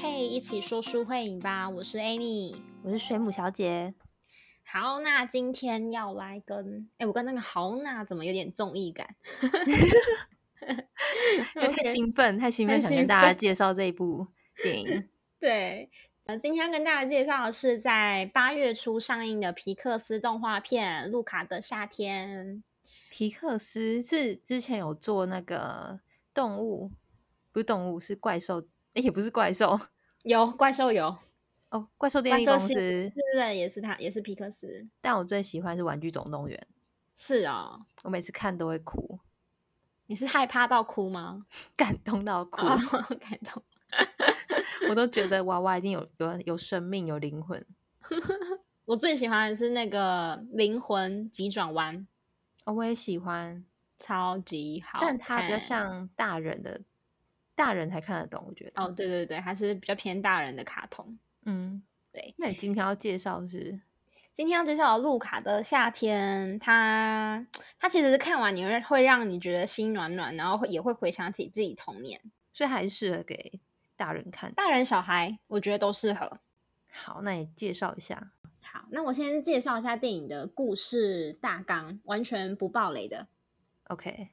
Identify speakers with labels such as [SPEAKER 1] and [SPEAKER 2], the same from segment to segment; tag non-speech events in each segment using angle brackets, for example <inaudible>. [SPEAKER 1] 嘿，一起说书会影吧！我是 Annie。
[SPEAKER 2] 我是水母小姐。
[SPEAKER 1] 好，那今天要来跟哎、我跟那个豪娜怎么有点综艺感？
[SPEAKER 2] 因为太
[SPEAKER 1] OK
[SPEAKER 2] 兴奋，太兴
[SPEAKER 1] 太
[SPEAKER 2] 奋，想
[SPEAKER 1] 兴
[SPEAKER 2] 跟大
[SPEAKER 1] 奋
[SPEAKER 2] 家介绍这一部电影。
[SPEAKER 1] <laughs> 对，呃，今天跟大家介绍的是在八月初上映的皮克斯动画片《路卡的夏天》。
[SPEAKER 2] 皮克斯是之前有做那个动物，不是动物，是怪兽，诶也不是怪兽
[SPEAKER 1] 有怪兽有，
[SPEAKER 2] 哦，怪兽电
[SPEAKER 1] 怪
[SPEAKER 2] 力
[SPEAKER 1] 兽
[SPEAKER 2] 公
[SPEAKER 1] 新
[SPEAKER 2] 司。
[SPEAKER 1] 是的，也是他，也是皮克斯。
[SPEAKER 2] 但我最喜欢是《玩具总动员》，
[SPEAKER 1] 是哦，
[SPEAKER 2] 我每次看都会哭，
[SPEAKER 1] 你是害怕到哭吗？
[SPEAKER 2] 感动
[SPEAKER 1] <laughs>
[SPEAKER 2] 到哭，
[SPEAKER 1] 啊，感动。
[SPEAKER 2] 我
[SPEAKER 1] <laughs>
[SPEAKER 2] 都觉得娃娃一定有有有生命，有灵魂。
[SPEAKER 1] 我最喜欢的是那个《灵魂急转弯》，
[SPEAKER 2] 哦，我也喜欢，
[SPEAKER 1] 超级好看，
[SPEAKER 2] 但它比较像大人的，大人才看得懂，我觉得。
[SPEAKER 1] 哦，对对对，还是比较偏大人的卡通。
[SPEAKER 2] 嗯，
[SPEAKER 1] 对。
[SPEAKER 2] 那你今天要介绍是？
[SPEAKER 1] 今天要介绍的路卡的夏天，它它其实是看完你会会让你觉得心暖暖，然后会也会回想起自己童年，
[SPEAKER 2] 所以还是适合给大人看。
[SPEAKER 1] 大人小孩我觉得都适合。
[SPEAKER 2] 好，那你介绍一下。
[SPEAKER 1] 好，那我先介绍一下电影的故事大纲，完全不爆雷的。
[SPEAKER 2] OK，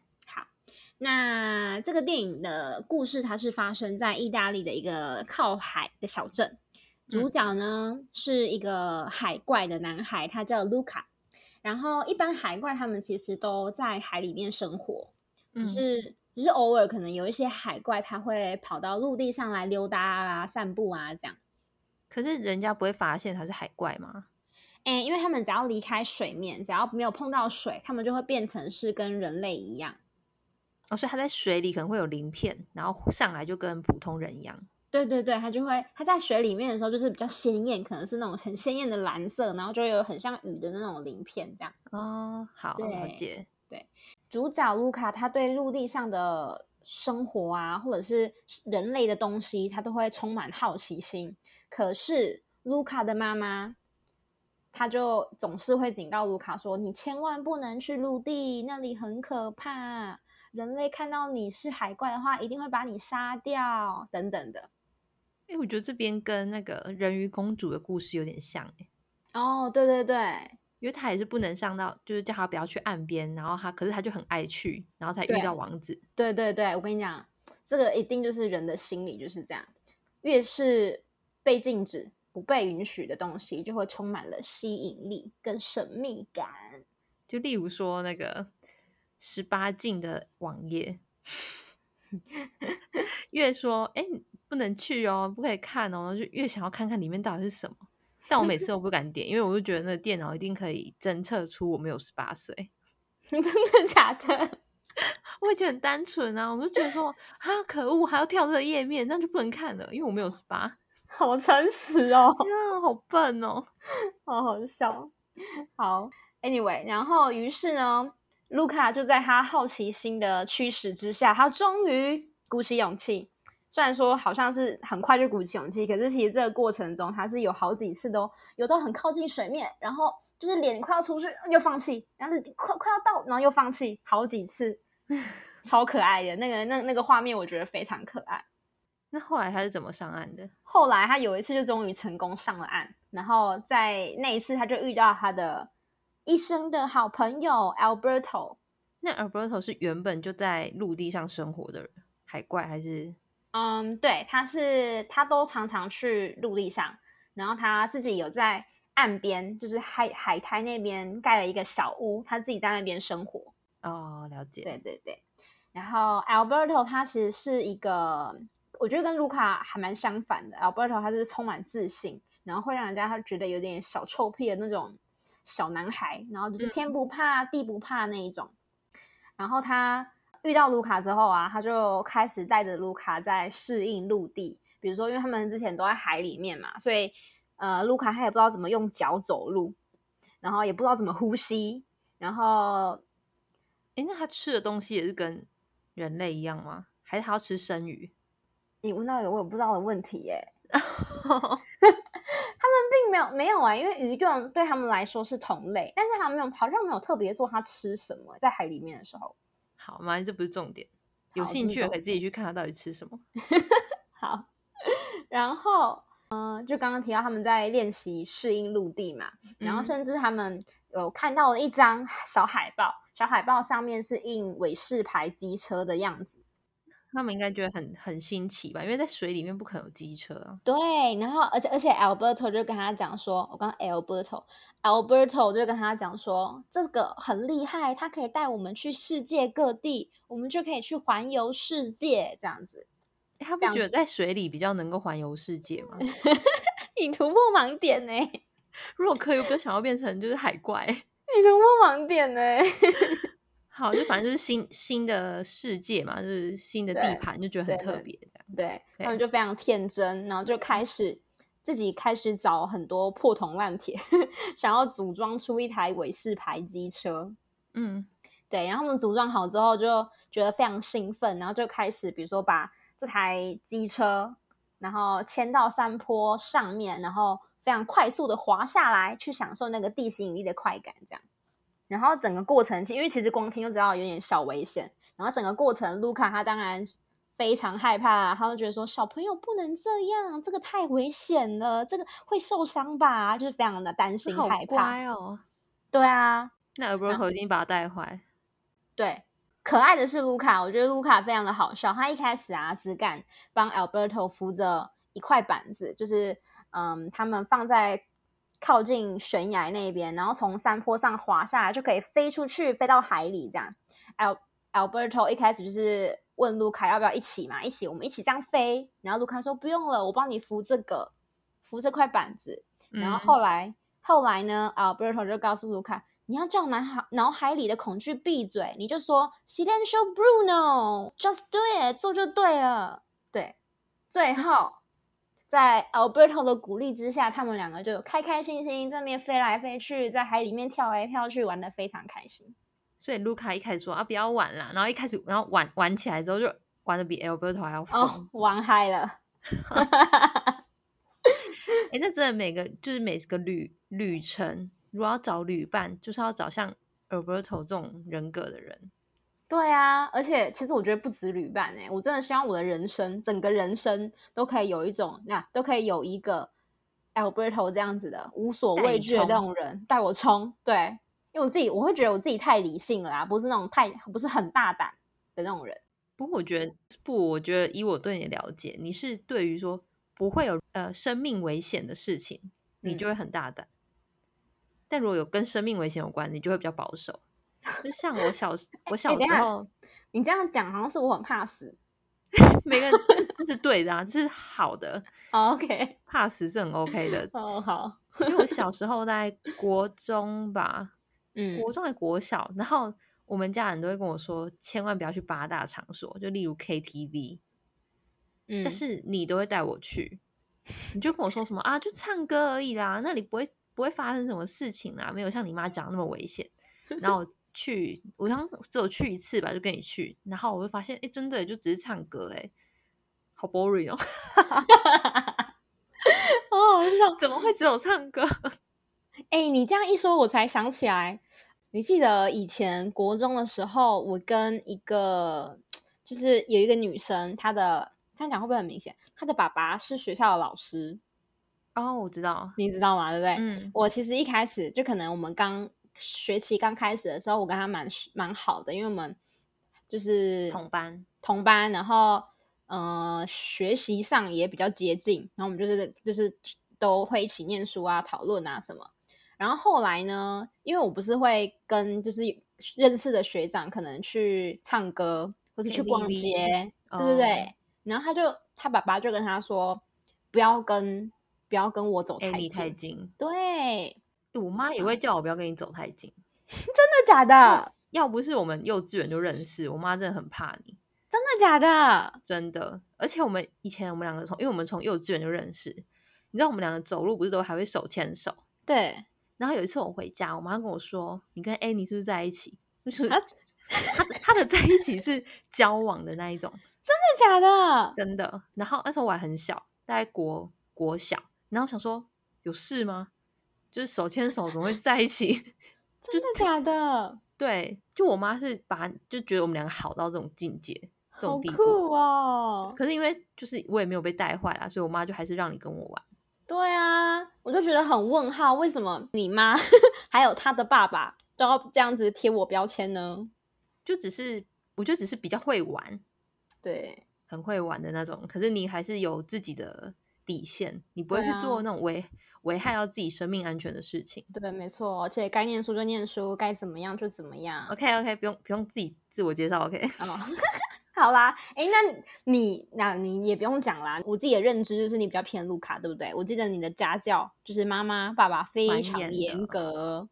[SPEAKER 1] 那这个电影的故事，它是发生在意大利的一个靠海的小镇。主角呢、是一个海怪的男孩，他叫卢卡。然后一般海怪他们其实都在海里面生活，
[SPEAKER 2] 嗯
[SPEAKER 1] 只是只是偶尔可能有一些海怪，它会跑到陆地上来溜达啊、散步啊这样。
[SPEAKER 2] 可是人家不会发现他是海怪吗？
[SPEAKER 1] 诶、因为他们只要离开水面，只要没有碰到水，他们就会变成是跟人类一样。
[SPEAKER 2] 哦，所以他在水里可能会有鳞片，然后上来就跟普通人一样。
[SPEAKER 1] 对对对，它就会它在水里面的时候就是比较鲜艳，可能是那种很鲜艳的蓝色，然后就会有很像雨的那种鳞片这样。
[SPEAKER 2] 哦，好，了
[SPEAKER 1] 对
[SPEAKER 2] 解。
[SPEAKER 1] 主角卢卡他对陆地上的生活啊，或者是人类的东西，他都会充满好奇心。可是卢卡的妈妈，她就总是会警告卢卡说：“你千万不能去陆地，那里很可怕。人类看到你是海怪的话，一定会把你杀掉，等等的。”
[SPEAKER 2] 哎、我觉得这边跟那个人鱼公主的故事有点像、欸，
[SPEAKER 1] 哦，对对对，
[SPEAKER 2] 因为她也是不能上到，就是叫她不要去岸边，然后她可是她就很爱去，然后才
[SPEAKER 1] 对
[SPEAKER 2] 遇到王子。
[SPEAKER 1] 对对对，我跟你讲，这个一定就是人的心理就是这样，越是被禁止、不被允许的东西，就会充满了吸引力跟神秘感。 <laughs>
[SPEAKER 2] 就例如说那个十八禁的网页， <laughs> 越说哎、诶你不能去哦，不可以看哦，就越想要看看里面到底是什么。但我每次都不敢点，因为我就觉得那个电脑一定可以侦测出我没有十八岁，
[SPEAKER 1] 真的假的？ <laughs>
[SPEAKER 2] 我会觉得很单纯啊，我就觉得说啊，可恶，还要跳这个页面，那就不能看了，因为我没有十八。
[SPEAKER 1] 好诚实哦，
[SPEAKER 2] 天啊，好笨哦！
[SPEAKER 1] 好好笑。好，anyway，然后于是呢，卢卡就在他好奇心的驱使之下，他终于鼓起勇气。虽然说好像是很快就鼓起勇气，可是其实这个过程中，他是有好几次都游到很靠近水面，然后就是脸快要出去又放弃，然后快快要到，然后又放弃，好几次，超可爱的那个那那个画面，我觉得非常可爱。
[SPEAKER 2] 那后来他是怎么上岸的？
[SPEAKER 1] 后来他有一次就终于成功上了岸，然后在那一次他就遇到他的一生的好朋友 Alberto。
[SPEAKER 2] 那 Alberto 是原本就在陆地上生活的人海怪，还是
[SPEAKER 1] 嗯，对，他是他都常常去陆地上，然后他自己有在岸边，就是海海滩那边盖了一个小屋，他自己在那边生活。
[SPEAKER 2] 哦，了解。
[SPEAKER 1] 对对对。然后 Alberto 他其实是一个，我觉得跟卢卡还蛮相反的。Alberto 他就是充满自信，然后会让人家他觉得有点小臭屁的那种小男孩，然后就是天不怕地不怕那一种。然后他遇到卢卡之后啊，他就开始带着卢卡在适应陆地，比如说因为他们之前都在海里面嘛，所以呃，卢卡他也不知道怎么用脚走路，然后也不知道怎么呼吸，然后
[SPEAKER 2] 诶，那他吃的东西也是跟人类一样吗？还是他要吃生鱼？
[SPEAKER 1] 你问到一个我也不知道的问题耶、 <laughs> 并没有没有啊、因为鱼对对他们来说是同类，但是他没有好像没有特别做它吃什么、在海里面的时候。
[SPEAKER 2] 好嘛，这不是重点。有
[SPEAKER 1] 好
[SPEAKER 2] 兴
[SPEAKER 1] 不是
[SPEAKER 2] 趣的
[SPEAKER 1] 重
[SPEAKER 2] 可以自己去看他到底吃什么。
[SPEAKER 1] 好，然后，嗯、就刚刚提到他们在练习适应陆地嘛，然后
[SPEAKER 2] 嗯
[SPEAKER 1] 甚至他们有看到了一张小海报，小海报上面是印韦氏牌机车的样子。
[SPEAKER 2] 他们应该觉得很很新奇吧？因为在水里面不可能有机车啊。
[SPEAKER 1] 对，然后而且而且 Alberto 就跟他讲说，我刚 Alberto Alberto 就跟他讲说，这个很厉害，他可以带我们去世界各地，我们就可以去环游世界这样子。
[SPEAKER 2] 诶他不
[SPEAKER 1] 这样
[SPEAKER 2] 觉得在水里比较能够环游世界吗？
[SPEAKER 1] 你突破盲点呢、你
[SPEAKER 2] 若可有哥想要变成就是海怪， <laughs>
[SPEAKER 1] 突破盲点呢、
[SPEAKER 2] 好，就反正就是新新的世界嘛，就是新的地
[SPEAKER 1] 对
[SPEAKER 2] 盘，就觉得很
[SPEAKER 1] 对
[SPEAKER 2] 特
[SPEAKER 1] 对
[SPEAKER 2] 别这样。
[SPEAKER 1] 对他们
[SPEAKER 2] 对
[SPEAKER 1] 就非常天真，然后就开始自己开始找很多破铜烂铁， <laughs> 想要组装出一台韦氏牌机车。
[SPEAKER 2] 嗯，
[SPEAKER 1] 对，然后他们组装好之后就觉得非常兴奋，然后就开始比如说把这台机车，然后牵到山坡上面，然后非常快速的滑下来，去享受那个地心引力的快感，这样。然后整个过程，其因为其实光听就知道有点小危险。然后整个过程，卢卡他当然非常害怕啊，他就觉得说小朋友不能这样，这个太危险了，这个会受伤吧，就是非常的担
[SPEAKER 2] 他
[SPEAKER 1] 心
[SPEAKER 2] 好
[SPEAKER 1] 害怕。
[SPEAKER 2] 乖哦。
[SPEAKER 1] 对啊，
[SPEAKER 2] 那 Alberto 一定把他带坏。
[SPEAKER 1] 对，可爱的是卢卡，我觉得卢卡非常的好笑。他一开始啊，只敢帮 Alberto 扶着一块板子，就是嗯，他们放在靠近悬崖那边，然后从山坡上滑下来，就可以飞出去，飞到海里这样。Al Alberto 一开始就是问卢卡要不要一起嘛，一起我们一起这样飞。然后卢卡说不用了，我帮你扶这个，扶这块板子。然后
[SPEAKER 2] 嗯
[SPEAKER 1] 后来后来呢，Alberto 啊就告诉卢卡，你要叫脑海脑海里的恐惧闭嘴，你就说 Silencio Bruno，just do it，做就对了。对，最后在 Alberto 的鼓励之下，他们两个就开开心心在那边飞来飞去，在海里面跳来跳去，玩的非常开心。
[SPEAKER 2] 所以卢卡一开始说啊不要玩啦，然后一开始然后玩玩起来之后就玩的比 Alberto 还要疯。哎、 <laughs>
[SPEAKER 1] 哦，玩嗨了。
[SPEAKER 2] 那真的每个就是每个旅旅程，如果要找旅伴，就是要找像 Alberto 这种人格的人。
[SPEAKER 1] 对啊，而且其实我觉得不止旅伴哎、我真的希望我的人生，整个人生都可以有一种，那、都可以有一个 Alberto 这样子的无所
[SPEAKER 2] 带
[SPEAKER 1] 畏
[SPEAKER 2] 你
[SPEAKER 1] 惧的那
[SPEAKER 2] 冲
[SPEAKER 1] 种人带我冲。对，因为我自己我会觉得我自己太理性了啊，不是那种太不是很大胆的那种人。
[SPEAKER 2] 不过我觉得不，我觉得以我对你的了解，你是对于说不会有呃生命危险的事情，你
[SPEAKER 1] 嗯
[SPEAKER 2] 就会很大胆。但如果有跟生命危险有关，你就会比较保守。就像我小时
[SPEAKER 1] <laughs>
[SPEAKER 2] 我小
[SPEAKER 1] 等一
[SPEAKER 2] 时
[SPEAKER 1] 下
[SPEAKER 2] 候，
[SPEAKER 1] 你这样讲好像是我很怕死。
[SPEAKER 2] 每个人这这是对的啊，这是好的，
[SPEAKER 1] 哦 OK，
[SPEAKER 2] 怕死是很 OK 的。
[SPEAKER 1] 哦好，
[SPEAKER 2] 因为我小时候在国中吧，
[SPEAKER 1] 嗯，
[SPEAKER 2] 国中还国小，然后我们家人都会跟我说，千万不要去八大场所，就例如 KTV，
[SPEAKER 1] 嗯
[SPEAKER 2] 但是你都会带我去，你就跟我说什么啊，就唱歌而已啦，那里不会不会发生什么事情啦，没有像你妈讲的那么危险。 <laughs> 然后我去，我当只有去一次吧，就跟你去，然后我就发现，哎，真的耶就只是唱歌，哎，好 boring 哦， <laughs>
[SPEAKER 1] 哦好笑，
[SPEAKER 2] 怎么会只有唱歌？
[SPEAKER 1] 哎、你这样一说，我才想起来，你记得以前国中的时候，我跟一个就是有一个女生，她的这样讲会不会很明显？她的爸爸是学校的老师，
[SPEAKER 2] 哦，我知道，
[SPEAKER 1] 你知道吗？对不对？
[SPEAKER 2] 嗯
[SPEAKER 1] 我其实一开始就可能我们刚学期刚开始的时候，我跟她蛮蛮好的，因为我们就是
[SPEAKER 2] 同班
[SPEAKER 1] 同班，然后呃学习上也比较接近，然后我们就是就是都会一起念书啊、讨论啊什么。然后后来呢，因为我不是会跟就是认识的学长可能去唱歌或者去哦逛
[SPEAKER 2] KTV
[SPEAKER 1] 街，对对对。然后他就他爸爸就跟他说，不要跟不要跟我走
[SPEAKER 2] 哎、
[SPEAKER 1] 太
[SPEAKER 2] 你
[SPEAKER 1] 近，
[SPEAKER 2] 太近，
[SPEAKER 1] 对，
[SPEAKER 2] 欸我妈也会叫我不要跟你走太近。
[SPEAKER 1] 真的假的？
[SPEAKER 2] 要不是我们幼稚园就认识，我妈真的很怕你，
[SPEAKER 1] 真的假的？
[SPEAKER 2] 真的。而且我们以前我们两个从，因为我们从幼稚园就认识，你知道我们两个走路不是都还会手牵手？
[SPEAKER 1] 对，
[SPEAKER 2] 然后有一次我回家，我妈跟我说：“你跟 Annie 是不是在一起？”
[SPEAKER 1] <laughs>
[SPEAKER 2] 就是
[SPEAKER 1] 啊
[SPEAKER 2] 她的她的在一起是交往的那一种，
[SPEAKER 1] 真的假的？
[SPEAKER 2] 真的。然后那时候我还很小，大概国国小，然后我想说有事吗？就是手牵手怎么会在一起？
[SPEAKER 1] 真的假的？
[SPEAKER 2] 对，就我妈是把就觉得我们两个好到这种境界，这
[SPEAKER 1] 好
[SPEAKER 2] 种地步。
[SPEAKER 1] 酷哦！
[SPEAKER 2] 可是因为就是我也没有被带坏啦，所以我妈就还是让你跟我玩。
[SPEAKER 1] 对啊，我就觉得很问号，为什么你妈 <laughs> 还有她的爸爸都要这样子贴我标签呢？
[SPEAKER 2] 就只是我就只是比较会玩，
[SPEAKER 1] 对，
[SPEAKER 2] 很会玩的那种，可是你还是有自己的底线，你不会
[SPEAKER 1] 对
[SPEAKER 2] 去
[SPEAKER 1] 啊
[SPEAKER 2] 做那种危、危害到自己生命安全的事情。
[SPEAKER 1] 对，没错，而且该念书就念书，该怎么样就怎么样。
[SPEAKER 2] OK OK，不用不用自己自我介绍，OK，
[SPEAKER 1] 哦， <laughs> 好啦，哎，那你那你也不用讲啦。我自己的认知就是你比较偏卢卡，对不对？我记得你的家教就是妈妈爸爸非
[SPEAKER 2] 蛮
[SPEAKER 1] 常
[SPEAKER 2] 严的
[SPEAKER 1] 严格，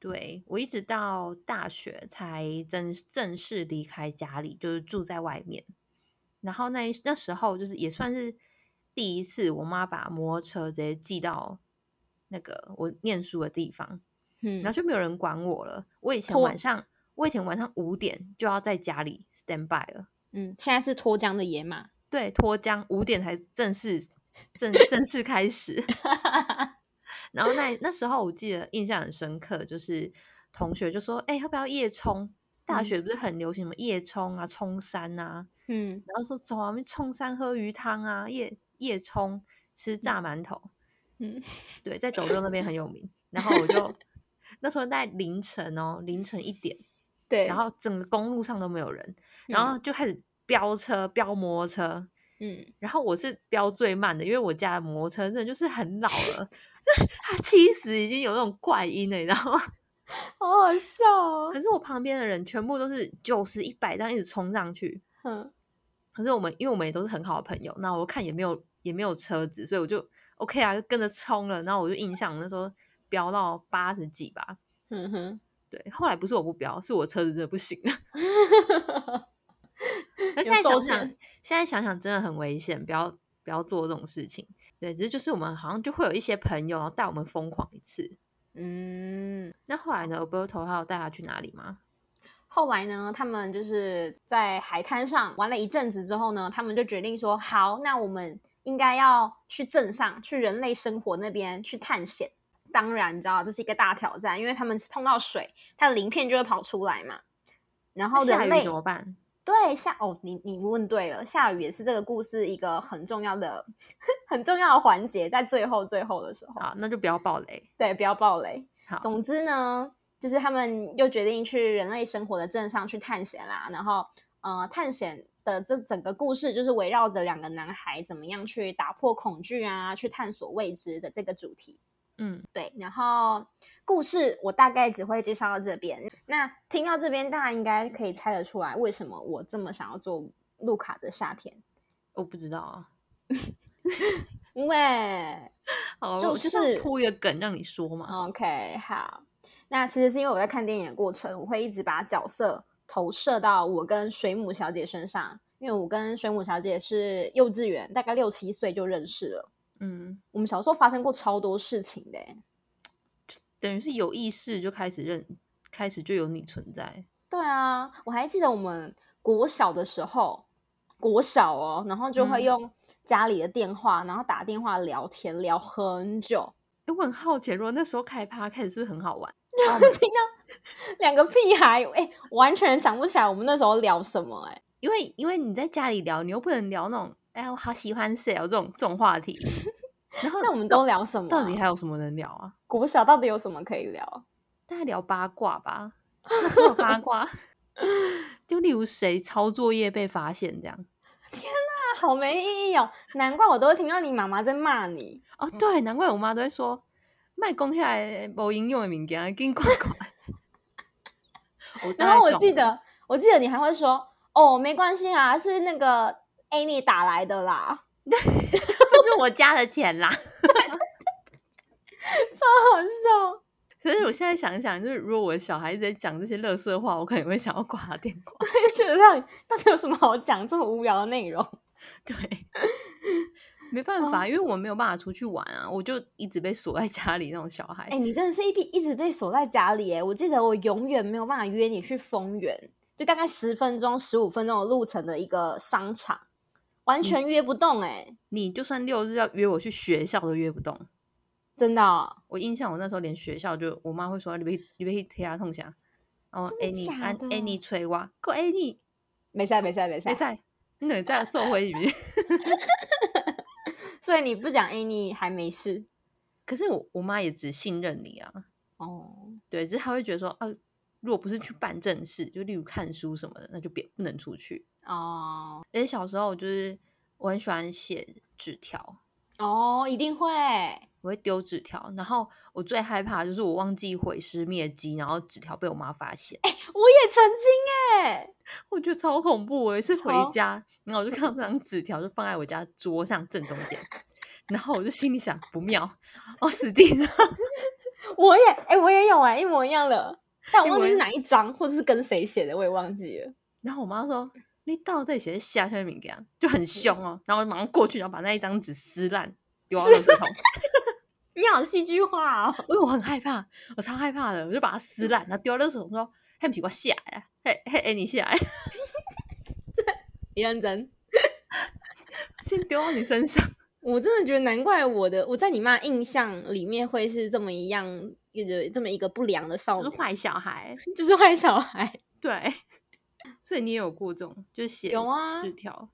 [SPEAKER 2] 对我一直到大学才正正式离开家里，就是住在外面。然后那一那时候就是也算是第一次，我妈把摩托车直接寄到那个我念书的地方，
[SPEAKER 1] 嗯
[SPEAKER 2] 然后就没有人管我了。我以前
[SPEAKER 1] 拖
[SPEAKER 2] 晚上，我以前晚上五点就要在家里 stand by 了，
[SPEAKER 1] 嗯，现在是脱缰的野马，
[SPEAKER 2] 对，脱缰五点才正式
[SPEAKER 1] <laughs>
[SPEAKER 2] 正正式开始。 <laughs> 然后那那时候我记得印象很深刻，就是同学就说：“哎、要不要夜冲？大
[SPEAKER 1] 嗯
[SPEAKER 2] 学不是很流行什么夜冲啊、冲山啊？
[SPEAKER 1] 嗯，
[SPEAKER 2] 然后说走啊，我们去冲山喝鱼汤啊，夜夜冲吃炸馒头。”
[SPEAKER 1] 嗯，
[SPEAKER 2] 对，在斗六那边很有名。然后我就那时候在凌晨哦，凌晨一点，
[SPEAKER 1] 对嗯
[SPEAKER 2] 然后整个公路上都没有人，然后就开始飙车、飙摩托车。
[SPEAKER 1] 嗯，
[SPEAKER 2] 然后我是飙最慢的，因为我家的摩托车真的就是很老了，它七十已经有那种怪音了，你知道吗？ <laughs>
[SPEAKER 1] 好好笑哦
[SPEAKER 2] 可，是我旁边的人全部都是九十、一百这样一直冲上去。
[SPEAKER 1] 嗯
[SPEAKER 2] 可是我们因为我们也都是很好的朋友，那我看也没有也没有车子，所以我就 OK 啊，就跟着冲了。然后我就印象那时候飙到八十几吧，
[SPEAKER 1] 嗯哼，
[SPEAKER 2] 对。后来不是我不飙，是我车子真的不
[SPEAKER 1] <laughs>
[SPEAKER 2] 行了。可
[SPEAKER 1] 有
[SPEAKER 2] 现在
[SPEAKER 1] 受
[SPEAKER 2] 想想
[SPEAKER 1] 限，
[SPEAKER 2] 现在想想真的很危险，不要不要做这种事情。对，只是就是我们好像就会有一些朋友，然后带我们疯狂一次。
[SPEAKER 1] 嗯。
[SPEAKER 2] 那后来呢？Roberto 还有带他去哪里吗？
[SPEAKER 1] 后来呢，他们就是在海滩上玩了一阵子之后呢，他们就决定说，好，那我们应该要去镇上，去人类生活那边去探险。当然，你知道这是一个大挑战，因为他们碰到水，它的鳞片就会跑出来嘛。然后
[SPEAKER 2] 下
[SPEAKER 1] 人
[SPEAKER 2] 雨
[SPEAKER 1] 类
[SPEAKER 2] 怎么办？
[SPEAKER 1] 对下哦，你你问对了，下雨也是这个故事一个很重要的、 <laughs> 很重要的环节，在最后最后的时候，
[SPEAKER 2] 好，那就不要暴雷。
[SPEAKER 1] 对，不要暴雷。
[SPEAKER 2] 好，
[SPEAKER 1] 总之呢，就是他们又决定去人类生活的镇上去探险啦。然后，呃，探险的这整个故事就是围绕着两个男孩怎么样去打破恐惧啊，去探索未知的这个主题。
[SPEAKER 2] 嗯，
[SPEAKER 1] 对，然后故事我大概只会介绍到这边。那听到这边，大家应该可以猜得出来，为什么我这么想要做路卡的夏天？
[SPEAKER 2] 我不知道啊。
[SPEAKER 1] 因为
[SPEAKER 2] 好，
[SPEAKER 1] 就
[SPEAKER 2] 我就是
[SPEAKER 1] 是
[SPEAKER 2] 铺一个梗让你说嘛。
[SPEAKER 1] OK，好。那其实是因为我在看电影的过程，我会一直把角色投射到我跟水母小姐身上，因为我跟水母小姐是幼稚园，大概六七岁就认识了。
[SPEAKER 2] 嗯，
[SPEAKER 1] 我们小时候发生过超多事情的欸，
[SPEAKER 2] 等于是有意识就开始认，开始就有你存在。
[SPEAKER 1] 对啊，我还记得我们国小的时候，国小哦，然后就会
[SPEAKER 2] 嗯
[SPEAKER 1] 用家里的电话，然后打电话聊天聊很久， <laughs>
[SPEAKER 2] 哎，我很好奇，如果那时候开趴开始是不是很好玩？
[SPEAKER 1] 听到两个屁孩，哎、完全想不起来我们那时候聊什么、哎。
[SPEAKER 2] 因为因为你在家里聊，你又不能聊那种哎，我好喜欢谁哦这种这种话题。然后
[SPEAKER 1] 那我们都聊什么、啊
[SPEAKER 2] 到底还有什么能聊啊？
[SPEAKER 1] 国小到底有什么可以聊？啊
[SPEAKER 2] 大家聊八卦
[SPEAKER 1] <laughs>
[SPEAKER 2] 吧，那时候八卦， <laughs> 就例如谁抄作业被发现这样。
[SPEAKER 1] 啊，好没意义哦！难怪我都会听到你妈妈在骂你。
[SPEAKER 2] 哦，对，难怪我妈都会说卖公下来无营用的物件，紧快快。我大
[SPEAKER 1] 然后我
[SPEAKER 2] 概懂
[SPEAKER 1] 记
[SPEAKER 2] 了，
[SPEAKER 1] 得，我记得你还会说：“哦，没关系啊，是那个 Annie 打来的啦。 <laughs>
[SPEAKER 2] 这是我家的钱啦。” <laughs>
[SPEAKER 1] 好笑。
[SPEAKER 2] 可是我现在想一想，就是如果我的小孩子在讲这些乐色话，我可能会想要挂他电话。
[SPEAKER 1] 我就觉得到底到底有什么好讲这么无聊的内容？
[SPEAKER 2] 对， <laughs> 没办
[SPEAKER 1] 哦
[SPEAKER 2] 法，因为我没有办法出去玩啊，我就一直被锁在家里那种小孩。
[SPEAKER 1] 哎、你真的是一被一直被锁在家里哎！我记得我永远没有办法约你去丰原，就大概十分钟、十五分钟的路程的一个商场，完全约不动哎、
[SPEAKER 2] 你就算六日要约我去学校都约不动。
[SPEAKER 1] 真的哦、
[SPEAKER 2] 我印象我那时候连学校就我妈会说你别你别去贴啊痛下，然后
[SPEAKER 1] 真的
[SPEAKER 2] 哎你
[SPEAKER 1] 假
[SPEAKER 2] 安
[SPEAKER 1] 的
[SPEAKER 2] 哎你催我，够哎你
[SPEAKER 1] 没事没事没事啊
[SPEAKER 2] 没，赛对，再
[SPEAKER 1] <laughs>
[SPEAKER 2] 坐回里面。
[SPEAKER 1] 所以你不讲 A，你还没事
[SPEAKER 2] 可是我我妈也只信任你啊，
[SPEAKER 1] 哦。
[SPEAKER 2] 对，只是她会觉得说，啊，如果不是去办正事，就例如看书什么的，那就别不能出去。
[SPEAKER 1] 哦
[SPEAKER 2] 而且小时候我就是我很喜欢写纸条，
[SPEAKER 1] 哦，一定会
[SPEAKER 2] 我会丢纸条，然后我最害怕的就是我忘记毁尸灭迹，然后纸条被我妈发现，
[SPEAKER 1] 我也曾经哎、
[SPEAKER 2] 我觉得超恐怖。我有一次回
[SPEAKER 1] 超
[SPEAKER 2] 家，然后我就看到那张纸条就放在我家桌上正中间，然后我就心里想不妙，哦死定了，
[SPEAKER 1] 我也哎、我也有哎、一模一样的，但我忘
[SPEAKER 2] 一模
[SPEAKER 1] 记
[SPEAKER 2] 一
[SPEAKER 1] 是
[SPEAKER 2] 样
[SPEAKER 1] 哪一张或者是跟谁写的，我也忘记了。
[SPEAKER 2] 然后我妈说：“你到底写下下面给啊？”就很凶哦。然后我马上过去，然后把那一张纸撕烂，丢到垃圾桶。
[SPEAKER 1] 你好戏剧化哦！
[SPEAKER 2] 因为我很害怕，我超害怕的，我就把它撕烂，然后丢到垃圾桶说：“嘿，你给我下来啊， <laughs> 嘿嘿，哎，你下来，
[SPEAKER 1] 你认真，
[SPEAKER 2] 先丢到你身上。
[SPEAKER 1] 我真的觉得难怪我的我在你妈印象里面会是这么一样，一个这么一个不良的”少
[SPEAKER 2] 我
[SPEAKER 1] 女
[SPEAKER 2] 是，坏小孩，
[SPEAKER 1] 就是坏小孩。
[SPEAKER 2] 对。 <laughs> 所以你也有过这种，就是写
[SPEAKER 1] 有啊
[SPEAKER 2] 纸条，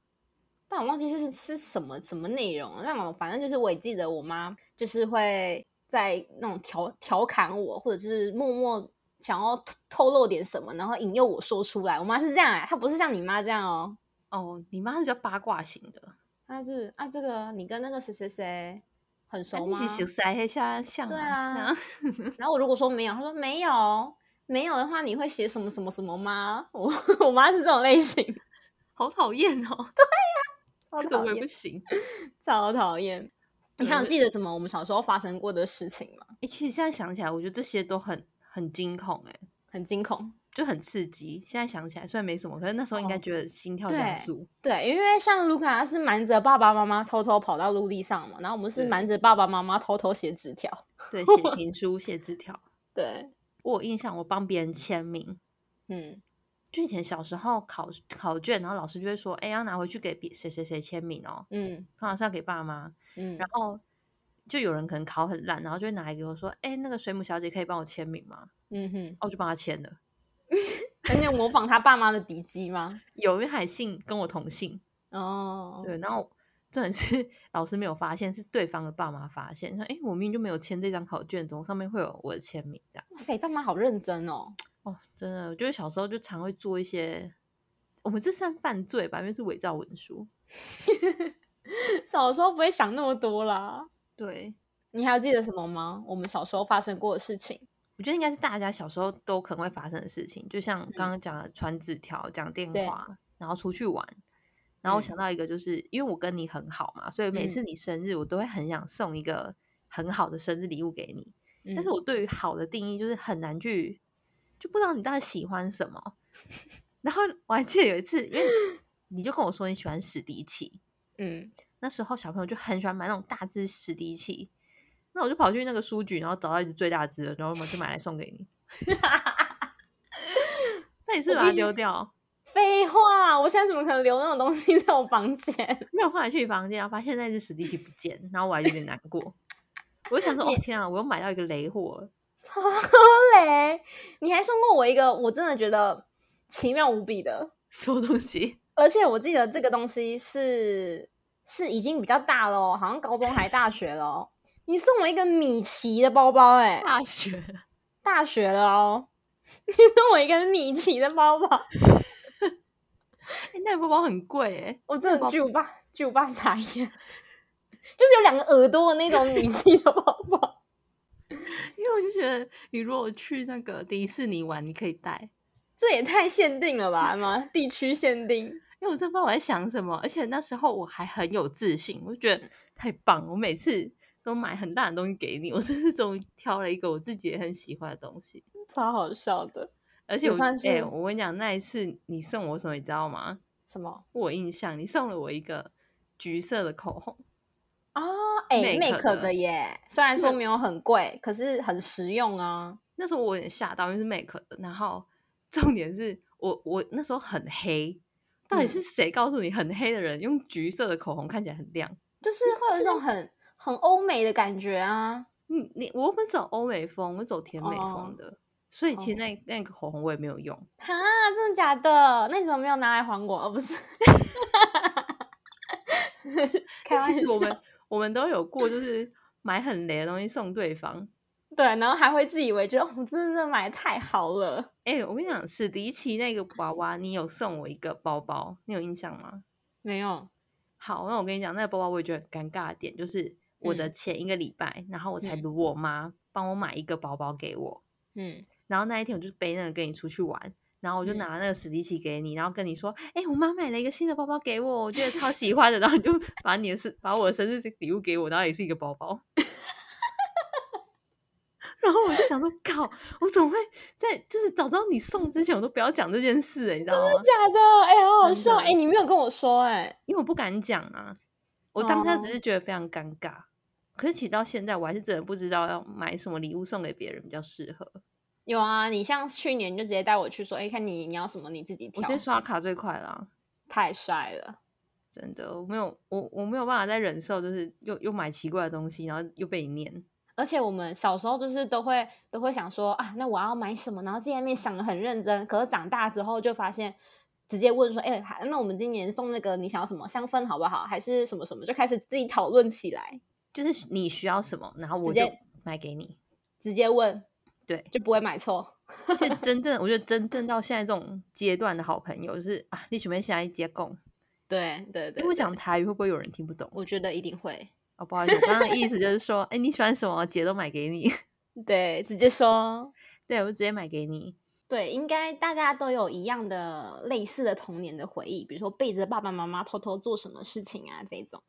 [SPEAKER 1] 但我忘记是是什么什么内容了。那我反正就是我也记得我妈就是会在那种调调侃我，或者是默默想要透透露点什么，然后引诱我说出来。我妈是这样哎、她不是像你妈这样哦、
[SPEAKER 2] 哦，你妈是比较八卦型的，
[SPEAKER 1] 她是啊这个你跟那个谁谁谁很熟
[SPEAKER 2] 一
[SPEAKER 1] 吗？
[SPEAKER 2] 起修塞黑下像
[SPEAKER 1] 对
[SPEAKER 2] 啊，
[SPEAKER 1] 啊
[SPEAKER 2] 像
[SPEAKER 1] 然后我如果说没有，她说没有。没有的话，你会写什么什么什么吗？ <laughs> 我我妈是这种类型，
[SPEAKER 2] 好讨厌哦，
[SPEAKER 1] 超
[SPEAKER 2] 这个
[SPEAKER 1] 讨
[SPEAKER 2] 我也
[SPEAKER 1] 厌
[SPEAKER 2] 不，行。
[SPEAKER 1] 超讨 <laughs> 厌。你
[SPEAKER 2] 嗯
[SPEAKER 1] 还有记得什么我们小时候发生过的事情吗？
[SPEAKER 2] 哎、其实现在想起来，我觉得这些都很很惊恐、欸，
[SPEAKER 1] 很惊恐。
[SPEAKER 2] 就很刺激。现在想起来虽然没什么，可是那时候应该
[SPEAKER 1] 哦
[SPEAKER 2] 觉得心跳加
[SPEAKER 1] 对
[SPEAKER 2] 速。
[SPEAKER 1] 对，因为像卢卡他是瞒着爸爸妈妈偷偷跑到陆地上嘛，然后我们是
[SPEAKER 2] 对
[SPEAKER 1] 瞒着爸爸妈妈偷偷写纸条。
[SPEAKER 2] 对，写 <laughs> 情书、写字条，
[SPEAKER 1] 对，
[SPEAKER 2] 我有印象，我帮别人签名。
[SPEAKER 1] 嗯，
[SPEAKER 2] 就以前小时候考考卷，然后老师就会说：“哎、要拿回去给别谁谁谁签名哦。
[SPEAKER 1] 嗯”
[SPEAKER 2] 通常是要给爸妈。
[SPEAKER 1] 嗯
[SPEAKER 2] 然，后就有人可能考很烂，然后就会拿来给我说：“哎、那个水母小姐可以帮我签名吗
[SPEAKER 1] 嗯哼？”，
[SPEAKER 2] 哦，我就帮他签了。
[SPEAKER 1] 那你有模仿他爸妈的笔迹吗？
[SPEAKER 2] 有一海姓跟我同姓，
[SPEAKER 1] 哦，
[SPEAKER 2] 对，然后重点是老师没有发现，是对方的爸妈发现，说：“哎、我明明就没有签这张考卷，怎么上面会有我的签名？”这样
[SPEAKER 1] 哇塞，爸妈好认真哦。
[SPEAKER 2] 哦，真的，我觉得小时候就常会做一些，我们这算犯罪吧，因为是伪造文书。
[SPEAKER 1] <laughs> 小时候不会想那么多啦。
[SPEAKER 2] 对，
[SPEAKER 1] 你还有记得什么吗？我们小时候发生过的事情？
[SPEAKER 2] 我觉得应该是大家小时候都可能会发生的事情，就像刚刚讲的传纸条、讲电
[SPEAKER 1] 嗯对
[SPEAKER 2] 话，然后出去玩。然后
[SPEAKER 1] 嗯
[SPEAKER 2] 我想到一个，就是、因为我跟你很好嘛，所以每次你生日，我都会很想送一个很好的生日礼物给你。但是
[SPEAKER 1] 嗯
[SPEAKER 2] 我对于好的定义就是很难去，就不知道你到底喜欢什么。然后我还记得有一次，因为你就跟我说你喜欢史迪奇，
[SPEAKER 1] 嗯，
[SPEAKER 2] 那时候小朋友就很喜欢买那种大只史迪奇，那我就跑去那个书局，然后找到一只最大只的，然后我们就买来送给你。 <laughs> 那你是不是
[SPEAKER 1] 我
[SPEAKER 2] 把它
[SPEAKER 1] 必须
[SPEAKER 2] 丢掉？
[SPEAKER 1] 废话，我现在怎么可能留那种东西在我房间？ <laughs>
[SPEAKER 2] 没有，后来去你房间，然后发现那只史迪奇不见，然后我还有点难过。我就想说，哦天啊，我又买到一个雷货了。
[SPEAKER 1] 嘞，你还送过我一个，我真的觉得奇妙无比的。
[SPEAKER 2] 什么东西？ <laughs>
[SPEAKER 1] 而且我记得这个东西是是已经比较大了哦，好像高中还大学了哦。你送我一个米奇的包包、欸，
[SPEAKER 2] 大学
[SPEAKER 1] 大学了哦。 <laughs> 你送我一个米奇的包包，
[SPEAKER 2] 欸那个包包很贵哎、
[SPEAKER 1] 我真的
[SPEAKER 2] 包包
[SPEAKER 1] 巨我爸巨我爸傻眼， <laughs> 就是有两个耳朵的那种米奇的包包。
[SPEAKER 2] 因为我就觉得，你如果去那个迪士尼玩，你可以带。
[SPEAKER 1] 这也太限定了吧？嘛，地区限定，
[SPEAKER 2] 因为我真不知道我在想什么，而且那时候我还很有自信，我就觉
[SPEAKER 1] 嗯
[SPEAKER 2] 得太棒了。我每次都买很大的东西给你，我这次终于挑了一个我自己也很喜欢的东西。
[SPEAKER 1] 超好笑的。
[SPEAKER 2] 而且
[SPEAKER 1] 也
[SPEAKER 2] 我，
[SPEAKER 1] 算
[SPEAKER 2] 哎、
[SPEAKER 1] 是
[SPEAKER 2] 我跟你讲，那一次你送我什么，你知道吗？
[SPEAKER 1] 什么
[SPEAKER 2] 我有印象，你送了我一个橘色的口红，
[SPEAKER 1] 啊？哎、
[SPEAKER 2] Mac 的
[SPEAKER 1] Make 的耶，虽然说没有很贵，可是很实用啊。
[SPEAKER 2] 那时候我有点吓到，因为是 Make 的。然后 <laughs> 重点是我我那时候很黑，到底
[SPEAKER 1] 嗯
[SPEAKER 2] 是谁告诉你很黑的人用橘色的口红看起来很亮？
[SPEAKER 1] 就是会有一种很很欧美的感觉啊。
[SPEAKER 2] 你你我又不是走欧美风，我走甜美
[SPEAKER 1] 哦
[SPEAKER 2] 风的。所以其实那、那个口红我也没有用， <laughs>
[SPEAKER 1] 哈，真的假的？那你怎么没有拿来还我？哦，不是， <laughs> 开玩
[SPEAKER 2] 其实我
[SPEAKER 1] 笑。
[SPEAKER 2] 们我们都有过，就是买很雷的东西送对方。
[SPEAKER 1] 对，然后还会自以为觉得哦我真的买的太好了。
[SPEAKER 2] 哎、我跟你讲，史迪奇那个娃娃，你有送我一个包包，你有印象吗？
[SPEAKER 1] 没有，
[SPEAKER 2] 好，那我跟你讲，那个包包我也觉得很尴尬的点，就是我的
[SPEAKER 1] 嗯
[SPEAKER 2] 前一个礼拜，然后我才
[SPEAKER 1] 嗯
[SPEAKER 2] 如我妈帮我买一个包包给我，
[SPEAKER 1] 嗯，
[SPEAKER 2] 然后那一天我就背那个跟你出去玩，然后我就
[SPEAKER 1] 嗯
[SPEAKER 2] 拿那个史迪奇给你，然后跟你说，哎、我妈买了一个新的包包给我，我觉得超喜欢的，然后你就 <laughs> 把你的生把我的生日礼物给我，然后也是一个包包。 <laughs> 然后我就想说，靠！我怎么会在就是早知道你送之前，我都不要讲这件事、欸，你知道吗？
[SPEAKER 1] 假的，哎、好好
[SPEAKER 2] 真
[SPEAKER 1] 笑，
[SPEAKER 2] 的
[SPEAKER 1] 哎、你没有跟我说、哎，
[SPEAKER 2] 因为我不敢讲啊，我当下只
[SPEAKER 1] 哦
[SPEAKER 2] 是觉得非常尴尬。可是其实到现在，我还是真的不知道要买什么礼物送给别人比较适合。
[SPEAKER 1] 有啊，你像去年就直接带我去说，哎、看你你要什么，你自己
[SPEAKER 2] 我
[SPEAKER 1] 挑
[SPEAKER 2] 直。接刷卡最快啦，
[SPEAKER 1] 太帅了，
[SPEAKER 2] 真的，我没有我我没有办法再忍受，就是又又买奇怪的东西，然后又被你念。
[SPEAKER 1] 而且我们小时候就是都会都会想说啊，那我要买什么，然后自己在那边想的很认真，可是长大之后就发现。直接问说，哎、还那我们今年送那个你想要什么香氛好不好，还是什么什么，就开始自己讨论起来，
[SPEAKER 2] 就是你需要什么，然后我
[SPEAKER 1] 直
[SPEAKER 2] 就
[SPEAKER 1] 接
[SPEAKER 2] 买给你。
[SPEAKER 1] 直接问
[SPEAKER 2] 对，
[SPEAKER 1] 就不会买错。
[SPEAKER 2] 其实真正我觉得真正到现在这种阶段的好朋友，就是啊，你准备下一节供。
[SPEAKER 1] 对对对
[SPEAKER 2] 因为我讲台语会不会有人听不懂？
[SPEAKER 1] 我觉得一定会。
[SPEAKER 2] 哦，不好意思，我刚刚的意思就是说，哎、你喜欢什么，姐都买给你。 <laughs>
[SPEAKER 1] 对，直接说。
[SPEAKER 2] 对，我就直接买给你。
[SPEAKER 1] 对，应该大家都有一样的类似的童年的回忆，比如说背着爸爸妈妈偷偷做什么事情啊这种。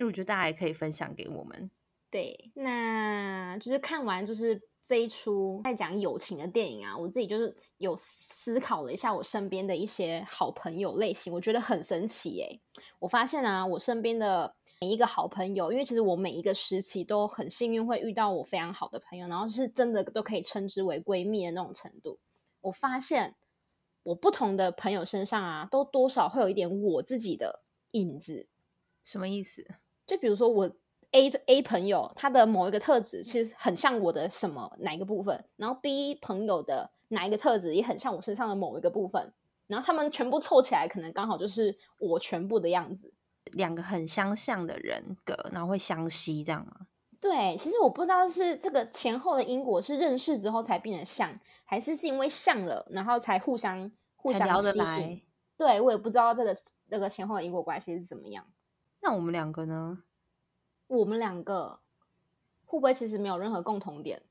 [SPEAKER 2] 因为我觉得大家也可以分享给我们。
[SPEAKER 1] 对，那就是看完就是这一出在讲友情的电影啊，我自己就是有思考了一下我身边的一些好朋友类型，我觉得很神奇耶、我发现啊，我身边的每一个好朋友，因为其实我每一个时期都很幸运会遇到我非常好的朋友，然后是真的都可以称之为闺蜜的那种程度。我发现我不同的朋友身上啊，都多少会有一点我自己的影子。
[SPEAKER 2] 什么意思？
[SPEAKER 1] 就比如说我 A A 朋友他的某一个特质其实很像我的什么哪一个部分，然后 B 朋友的哪一个特质也很像我身上的某一个部分，然后他们全部凑起来，可能刚好就是我全部的样子。
[SPEAKER 2] 两个很相像的人格，然后会相吸，这样吗？
[SPEAKER 1] 对，其实我不知道是这个前后的因果是认识之后才变得像，还是是因为像了，然后才互相互
[SPEAKER 2] 才
[SPEAKER 1] 相
[SPEAKER 2] 聊得
[SPEAKER 1] 吸
[SPEAKER 2] 来
[SPEAKER 1] 引。。对我也不知道这个这个前后的因果关系是怎么样。
[SPEAKER 2] 那我们两个呢？
[SPEAKER 1] 我们两个会不会其实没有任何共同点？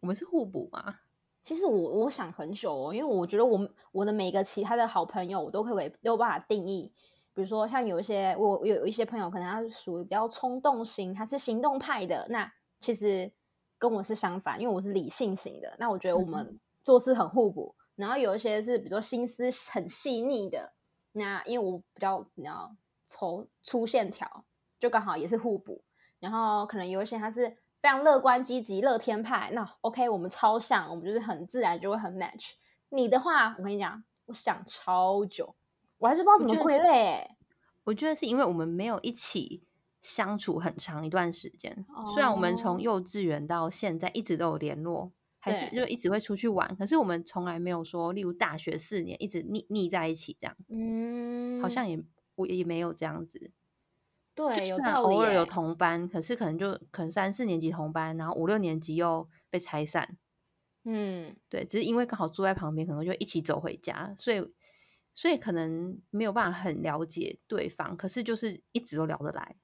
[SPEAKER 2] 我们是互补嘛？
[SPEAKER 1] 其实我我想很久哦，因为我觉得我们我的每一个其他的好朋友，我都可以都有办法定义。比如说，像有一些我我有一些朋友，可能他是属于比较冲动型，他是行动派的。那其实跟我是相反，因为我是理性型的。那我觉得我们做事很互补。然后有一些是比如说心思很细腻的，那因为我比较比较粗粗线条，就刚好也是互补。然后可能有一些他是非常乐观、积极、乐天派，那 OK，我们超像，我们就是很自然就会很 match。你的话，我跟你讲，我想超久，我还是不知道怎么
[SPEAKER 2] 我觉得
[SPEAKER 1] 归
[SPEAKER 2] 是
[SPEAKER 1] 类、欸。
[SPEAKER 2] 我觉得是因为我们没有一起相处很长一段时间。虽然我们
[SPEAKER 1] 哦
[SPEAKER 2] 从幼稚园到现在一直都有联络，还是
[SPEAKER 1] 对
[SPEAKER 2] 就一直会出去玩，可是我们从来没有说，例如大学四年一直腻腻在一起这样，
[SPEAKER 1] 嗯，
[SPEAKER 2] 好像也我也没有这样子。就
[SPEAKER 1] 对，
[SPEAKER 2] 虽
[SPEAKER 1] 有
[SPEAKER 2] 然
[SPEAKER 1] 道理、欸。
[SPEAKER 2] 偶尔有同班，可是可能就可能三四年级同班，然后五六年级又被拆散。
[SPEAKER 1] 嗯，
[SPEAKER 2] 对，只是因为刚好住在旁边，可能就一起走回家，所以所以可能没有办法很了解对方，可是就是一直都聊得来。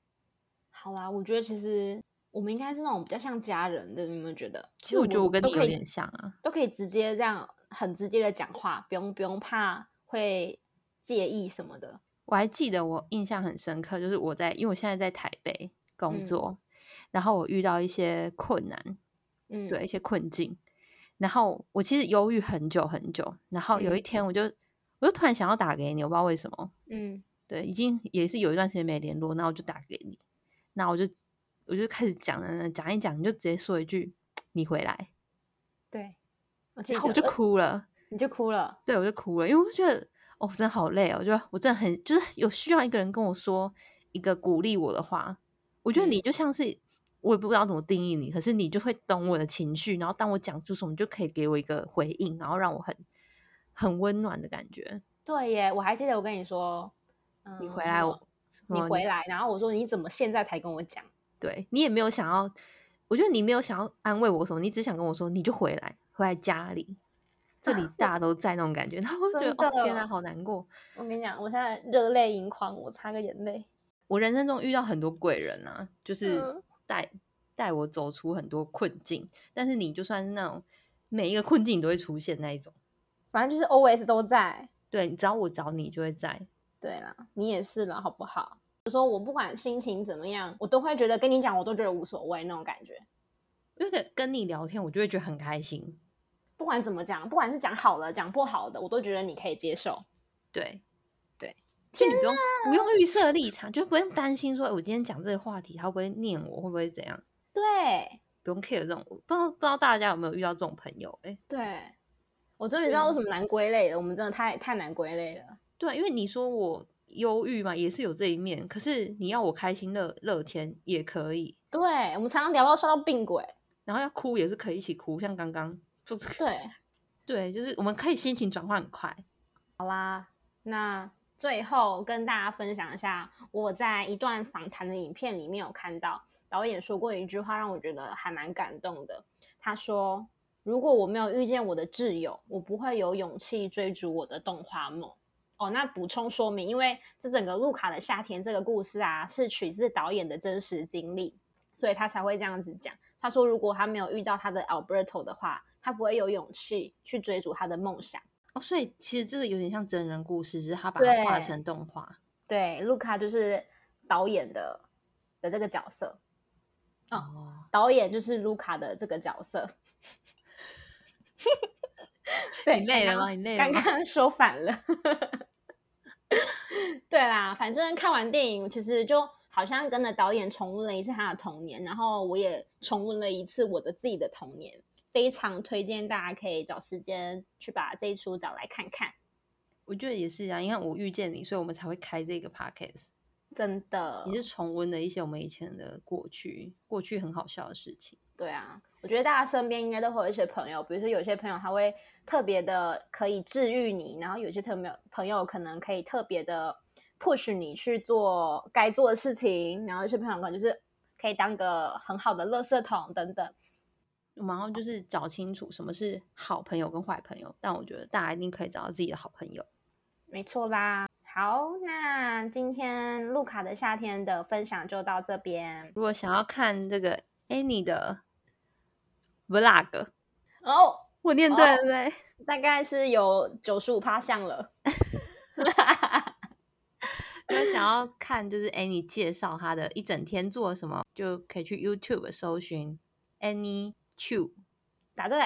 [SPEAKER 1] 好啦，我觉得其实我们应该是那种比较像家人的，你们觉得？
[SPEAKER 2] 其实我觉得我跟
[SPEAKER 1] 都
[SPEAKER 2] 你
[SPEAKER 1] 可
[SPEAKER 2] 有
[SPEAKER 1] 以
[SPEAKER 2] 点像啊，
[SPEAKER 1] 都可以直接这样很直接的讲话，不用不用怕会介意什么的。
[SPEAKER 2] 我还记得我印象很深刻，就是我在因为我现在在台北工
[SPEAKER 1] 嗯
[SPEAKER 2] 作，然后我遇到一些困难，
[SPEAKER 1] 嗯，
[SPEAKER 2] 对一，些困境。然后我其实犹豫很久很久，然后有一
[SPEAKER 1] 嗯
[SPEAKER 2] 天我就、我就突然想要打给你，我不知道为什么。
[SPEAKER 1] 嗯
[SPEAKER 2] 对，已经也是有一段时间没联络，那我就打给你，那我就我就开始讲了，讲一讲，你就直接说一句你回来，
[SPEAKER 1] 对，我记
[SPEAKER 2] 然
[SPEAKER 1] 得
[SPEAKER 2] 后我就
[SPEAKER 1] 呃
[SPEAKER 2] 哭了，
[SPEAKER 1] 你就哭了。
[SPEAKER 2] 对我就哭了，因为我觉得哦，真的好累哦，我就我真的很就是有需要一个人跟我说一个鼓励我的话，我觉得
[SPEAKER 1] 嗯
[SPEAKER 2] 你就像是我也不知道怎么定义你，可是你就会懂我的情绪，然后当我讲出什么，你就可以给我一个回应，然后让我很很温暖的感觉。
[SPEAKER 1] 对耶，我还记得我跟你说，嗯、
[SPEAKER 2] 你回来，我嗯
[SPEAKER 1] 你
[SPEAKER 2] 什么
[SPEAKER 1] 回来，然后我说你怎么现在才跟我讲？
[SPEAKER 2] 对你也没有想要，我觉得你没有想要安慰我什么，你只想跟我说你就回来，回来家里，这
[SPEAKER 1] <laughs>
[SPEAKER 2] 里大家都在那种感觉，然后我就觉得
[SPEAKER 1] 真的
[SPEAKER 2] 哦天哪，好难过。
[SPEAKER 1] 我跟你讲，我现在热泪盈眶，我擦个眼泪。
[SPEAKER 2] 我人生中遇到很多贵人啊，就是
[SPEAKER 1] 嗯
[SPEAKER 2] 带带我走出很多困境，但是你就算是那种每一个困境你都会出现那一种，
[SPEAKER 1] 反正就是 always 都在。
[SPEAKER 2] 对，你只要我找你就会在，
[SPEAKER 1] 对啦，你也是啦，好不好？就说我不管心情怎么样，我都会觉得跟你讲，我都觉得无所谓那种感觉。
[SPEAKER 2] 因为跟你聊天我就会觉得很开心，
[SPEAKER 1] 不管怎么讲，不管是讲好了讲不好的，我都觉得你可以接受。
[SPEAKER 2] 对
[SPEAKER 1] 对，
[SPEAKER 2] 就你不用不用预设立场，就不用担心说哎我今天讲这个话题他会不会念我，会不会怎样，
[SPEAKER 1] 对
[SPEAKER 2] 不用 care 这种，不知道不知道大家有没有遇到这种朋友，哎、
[SPEAKER 1] 对，我终于知道为什么难归类了。我们真的太太难归类了。
[SPEAKER 2] 对，啊因为你说我忧郁嘛，也是有这一面，可是你要我开心乐乐天也可以。
[SPEAKER 1] 对，我们常常聊到笑到病鬼。
[SPEAKER 2] 然后要哭也是可以一起哭，像刚刚就是 <laughs>
[SPEAKER 1] 对，
[SPEAKER 2] 对，就是我们可以心情转换很快。
[SPEAKER 1] 那最后跟大家分享一下，我在一段访谈的影片里面有看到导演说过一句话，让我觉得还蛮感动的。他说：“如果我没有遇见我的挚友，我不会有勇气追逐我的动画梦。”哦，那补充说明，因为这整个《路卡的夏天》这个故事啊，是取自导演的真实经历，所以他才会这样子讲。他说，如果他没有遇到他的 Alberto 的话，他不会有勇气去追逐他的梦想。
[SPEAKER 2] 哦，所以其实这个有点像真人故事，只是他把它画
[SPEAKER 1] 对
[SPEAKER 2] 成动画。
[SPEAKER 1] 对，卢卡就是导演的的这个角色，哦
[SPEAKER 2] 哦，
[SPEAKER 1] 导演就是卢卡的这个角色。对，
[SPEAKER 2] 你累了
[SPEAKER 1] 刚刚
[SPEAKER 2] 吗？？你累了
[SPEAKER 1] 刚
[SPEAKER 2] 吗？
[SPEAKER 1] 刚说反了。对啦，反正看完电影，其实就好像跟着导演重温了一次他的童年，然后我也重温了一次我的自己的童年。非常推荐大家可以找时间去把这一出找来看看，
[SPEAKER 2] 我觉得也是啊，因为我遇见你，所以我们才会开这个 podcast。
[SPEAKER 1] 真的。
[SPEAKER 2] 也是重温了一些我们以前的过去，过去很好笑的事情。
[SPEAKER 1] 对啊，我觉得大家身边应该都会有一些朋友，比如说有些朋友他会特别的可以治愈你，然后有些特别朋友可能可以特别的 push 你去做该做的事情，然后有些朋友可能就是可以当个很好的垃圾桶等等。
[SPEAKER 2] 然后就是找清楚什么是好朋友跟坏朋友，但我觉得大家一定可以找到自己的好朋友。
[SPEAKER 1] 没错啦。好，那今天路卡的夏天的分享就到这边
[SPEAKER 2] 如果想要看这个 Annie 的 vlog，
[SPEAKER 1] 哦，
[SPEAKER 2] 我念对了对不对？
[SPEAKER 1] 大概是有九十五趴像了。
[SPEAKER 2] 就是想要看，就是 Annie 介绍她的一整天做了什么，就可以去 YouTube 搜寻 Annie Chu。，
[SPEAKER 1] 答对。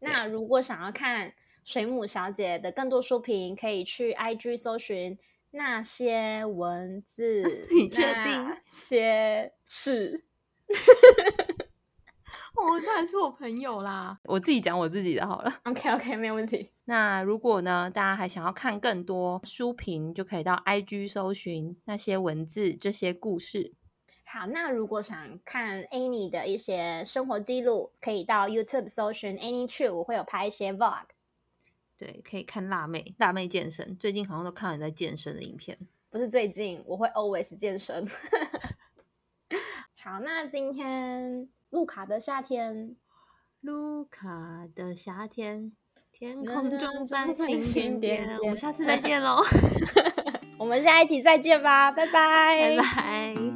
[SPEAKER 1] 那如果想要看水母小姐的更多书评，可以去 IG 搜寻那些文字
[SPEAKER 2] 你确定
[SPEAKER 1] 那 <laughs> 些事？
[SPEAKER 2] 哦，这还是我朋友啦，我自己讲我自己的好了。 <laughs>
[SPEAKER 1] OK OK，没有问题。
[SPEAKER 2] 那如果呢，大家还想要看更多书评，就可以到 IG 搜寻那些文字、这些故事。
[SPEAKER 1] 好，那如果想看 Annie 的一些生活记录，可以到 YouTube 搜寻 Annie True，我会有拍一些 Vlog。
[SPEAKER 2] 对，可以看辣妹，辣妹健身，最近好像都看人在健身的影片。
[SPEAKER 1] 不是最近，我会 always 健身。 <laughs> 好，那今天路卡的夏天
[SPEAKER 2] 卢卡的夏天，天
[SPEAKER 1] 呐
[SPEAKER 2] 空
[SPEAKER 1] 呐
[SPEAKER 2] 中
[SPEAKER 1] 中
[SPEAKER 2] 繁
[SPEAKER 1] 繁
[SPEAKER 2] 星
[SPEAKER 1] 星
[SPEAKER 2] 点
[SPEAKER 1] 点
[SPEAKER 2] 点。
[SPEAKER 1] 点
[SPEAKER 2] 我们下次再见喽，
[SPEAKER 1] 我们下一期再见吧，拜拜，
[SPEAKER 2] <laughs> 拜拜。